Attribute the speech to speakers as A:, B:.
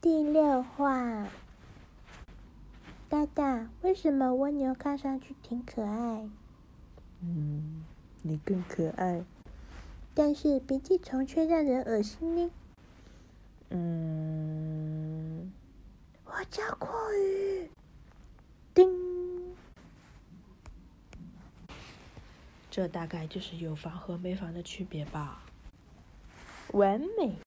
A: 六话。大大，为什么蜗牛看上去挺可爱，
B: 嗯，你更可爱。
A: 但是鼻涕虫却让人恶心呢？
B: 嗯，
A: 我叫阔鱼。叮，
B: 这大概就是有房和没房的区别吧。完美。